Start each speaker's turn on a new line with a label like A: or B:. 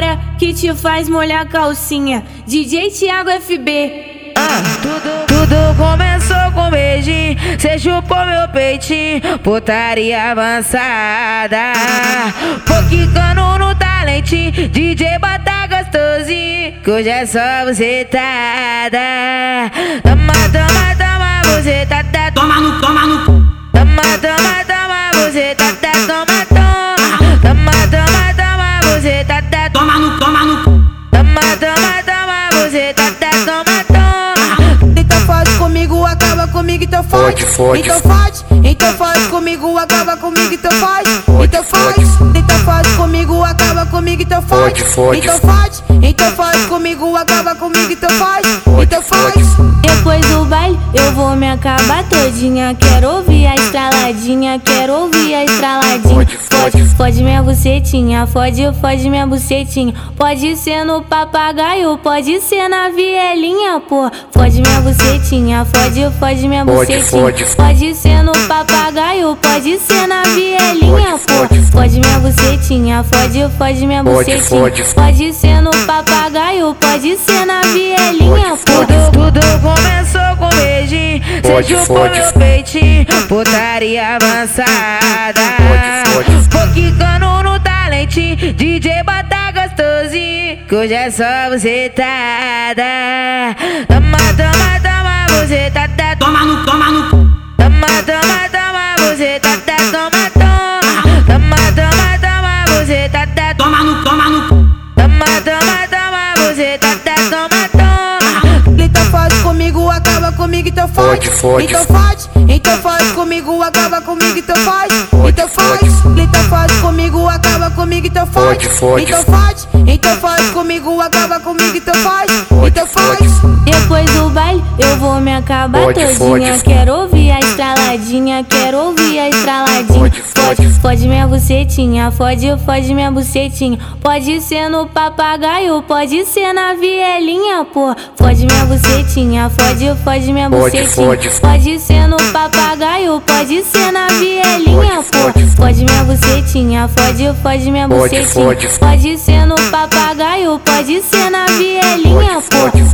A: é que te faz molhar a calcinha. DJ Thiago FB.
B: Tudo, tudo começou com beijinho, cê chupou meu peitinho, putaria avançada. Vou quicando no talentinho, DJ bota gostosinho, que hoje é só bucetada. Toma, toma, toma, bucetada. Toma no, toma no. tá. Toma, toma, toma, bucetada, toma, toma. Toma, toma, toma, bucetada. Toma no, toma no. Toma, toma, toma, bucetada, toma, toma.
C: Então fode comigo, acaba comigo, então fode.
D: Fode, fode,
C: Então fode, então fode comigo, acaba comigo, então fode.
D: Fode,
C: Então fode, então fode comigo, acaba comigo, então fode.
D: Fode, fode,
C: Então fode, então fode comigo, acaba comigo, então fode.
D: Fode,
C: Então
D: fode.
C: fode.
A: Depois do baile eu vou me acabar todinha. Quero ouvir a estraladinha, quero ouvir a estraladinha.
D: Fode, fode.
A: fode minha bucetinha, fode, fode minha bucetinha. Pode ser no papagaio, pode ser na vielinha, pô. Fode minha bucetinha, fode, fode minha
D: Fode,
A: bucetinha.
D: fode.
A: Pode ser no papagaio, pode ser na vielinha,
D: Fode,
A: pô.
D: fode.
A: Fode minha bucetinha, fode, fode minha
D: Fode,
A: bucetinha.
D: fode.
A: Pode ser no papagaio, pode ser na vielinha, pô.
B: Tudo, tudo começou com beijinho, cê
D: Fode,
B: chupou
D: fode.
B: meu peitinho, putaria avançada.
D: Fode, fode.
B: Vou quicando no talentinho, DJ bota gostosinho, que hoje é só bucetada. Toma, toma, toma, bucetada. Toma no, toma no. Toma, toma, toma, bucetada. Toma, toma. Toma, toma, toma, bucetada. Toma no, toma no. Toma, toma, toma, bucetada. Toma, toma.
C: Então fode comigo, acaba comigo, então fode.
D: Fode, fode.
C: Então fode, então fode comigo, acaba comigo, então fode.
D: Fode,
C: Então fode, então fode comigo, acaba comigo, então fode.
D: Fode, fode.
C: Então fode, então fode comigo, acaba comigo, então fode.
D: Fode,
C: Então
D: fode.
C: fode.
A: Depois do baile eu vou me acabar
D: Fode,
A: todinha.
D: fode.
A: Quero ouvir a estraladinha, quero ouvir a estraladinha.
D: Fode, fode.
A: fode minha bucetinha, fode, fode minha bucetinha. Pode ser no papagaio, pode ser na vielinha, pô. Fode minha bucetinha, fode, fode minha
D: Fode,
A: bucetinha.
D: fode.
A: Pode ser no papagaio, pode ser na vielinha,
D: Fode,
A: pô.
D: fode.
A: Fode minha bucetinha, fode, fode minha
D: Fode,
A: bucetinha.
D: fode.
A: Pode ser no papagaio, pode ser na vielinha,
D: Fode,
A: pô.
D: fode.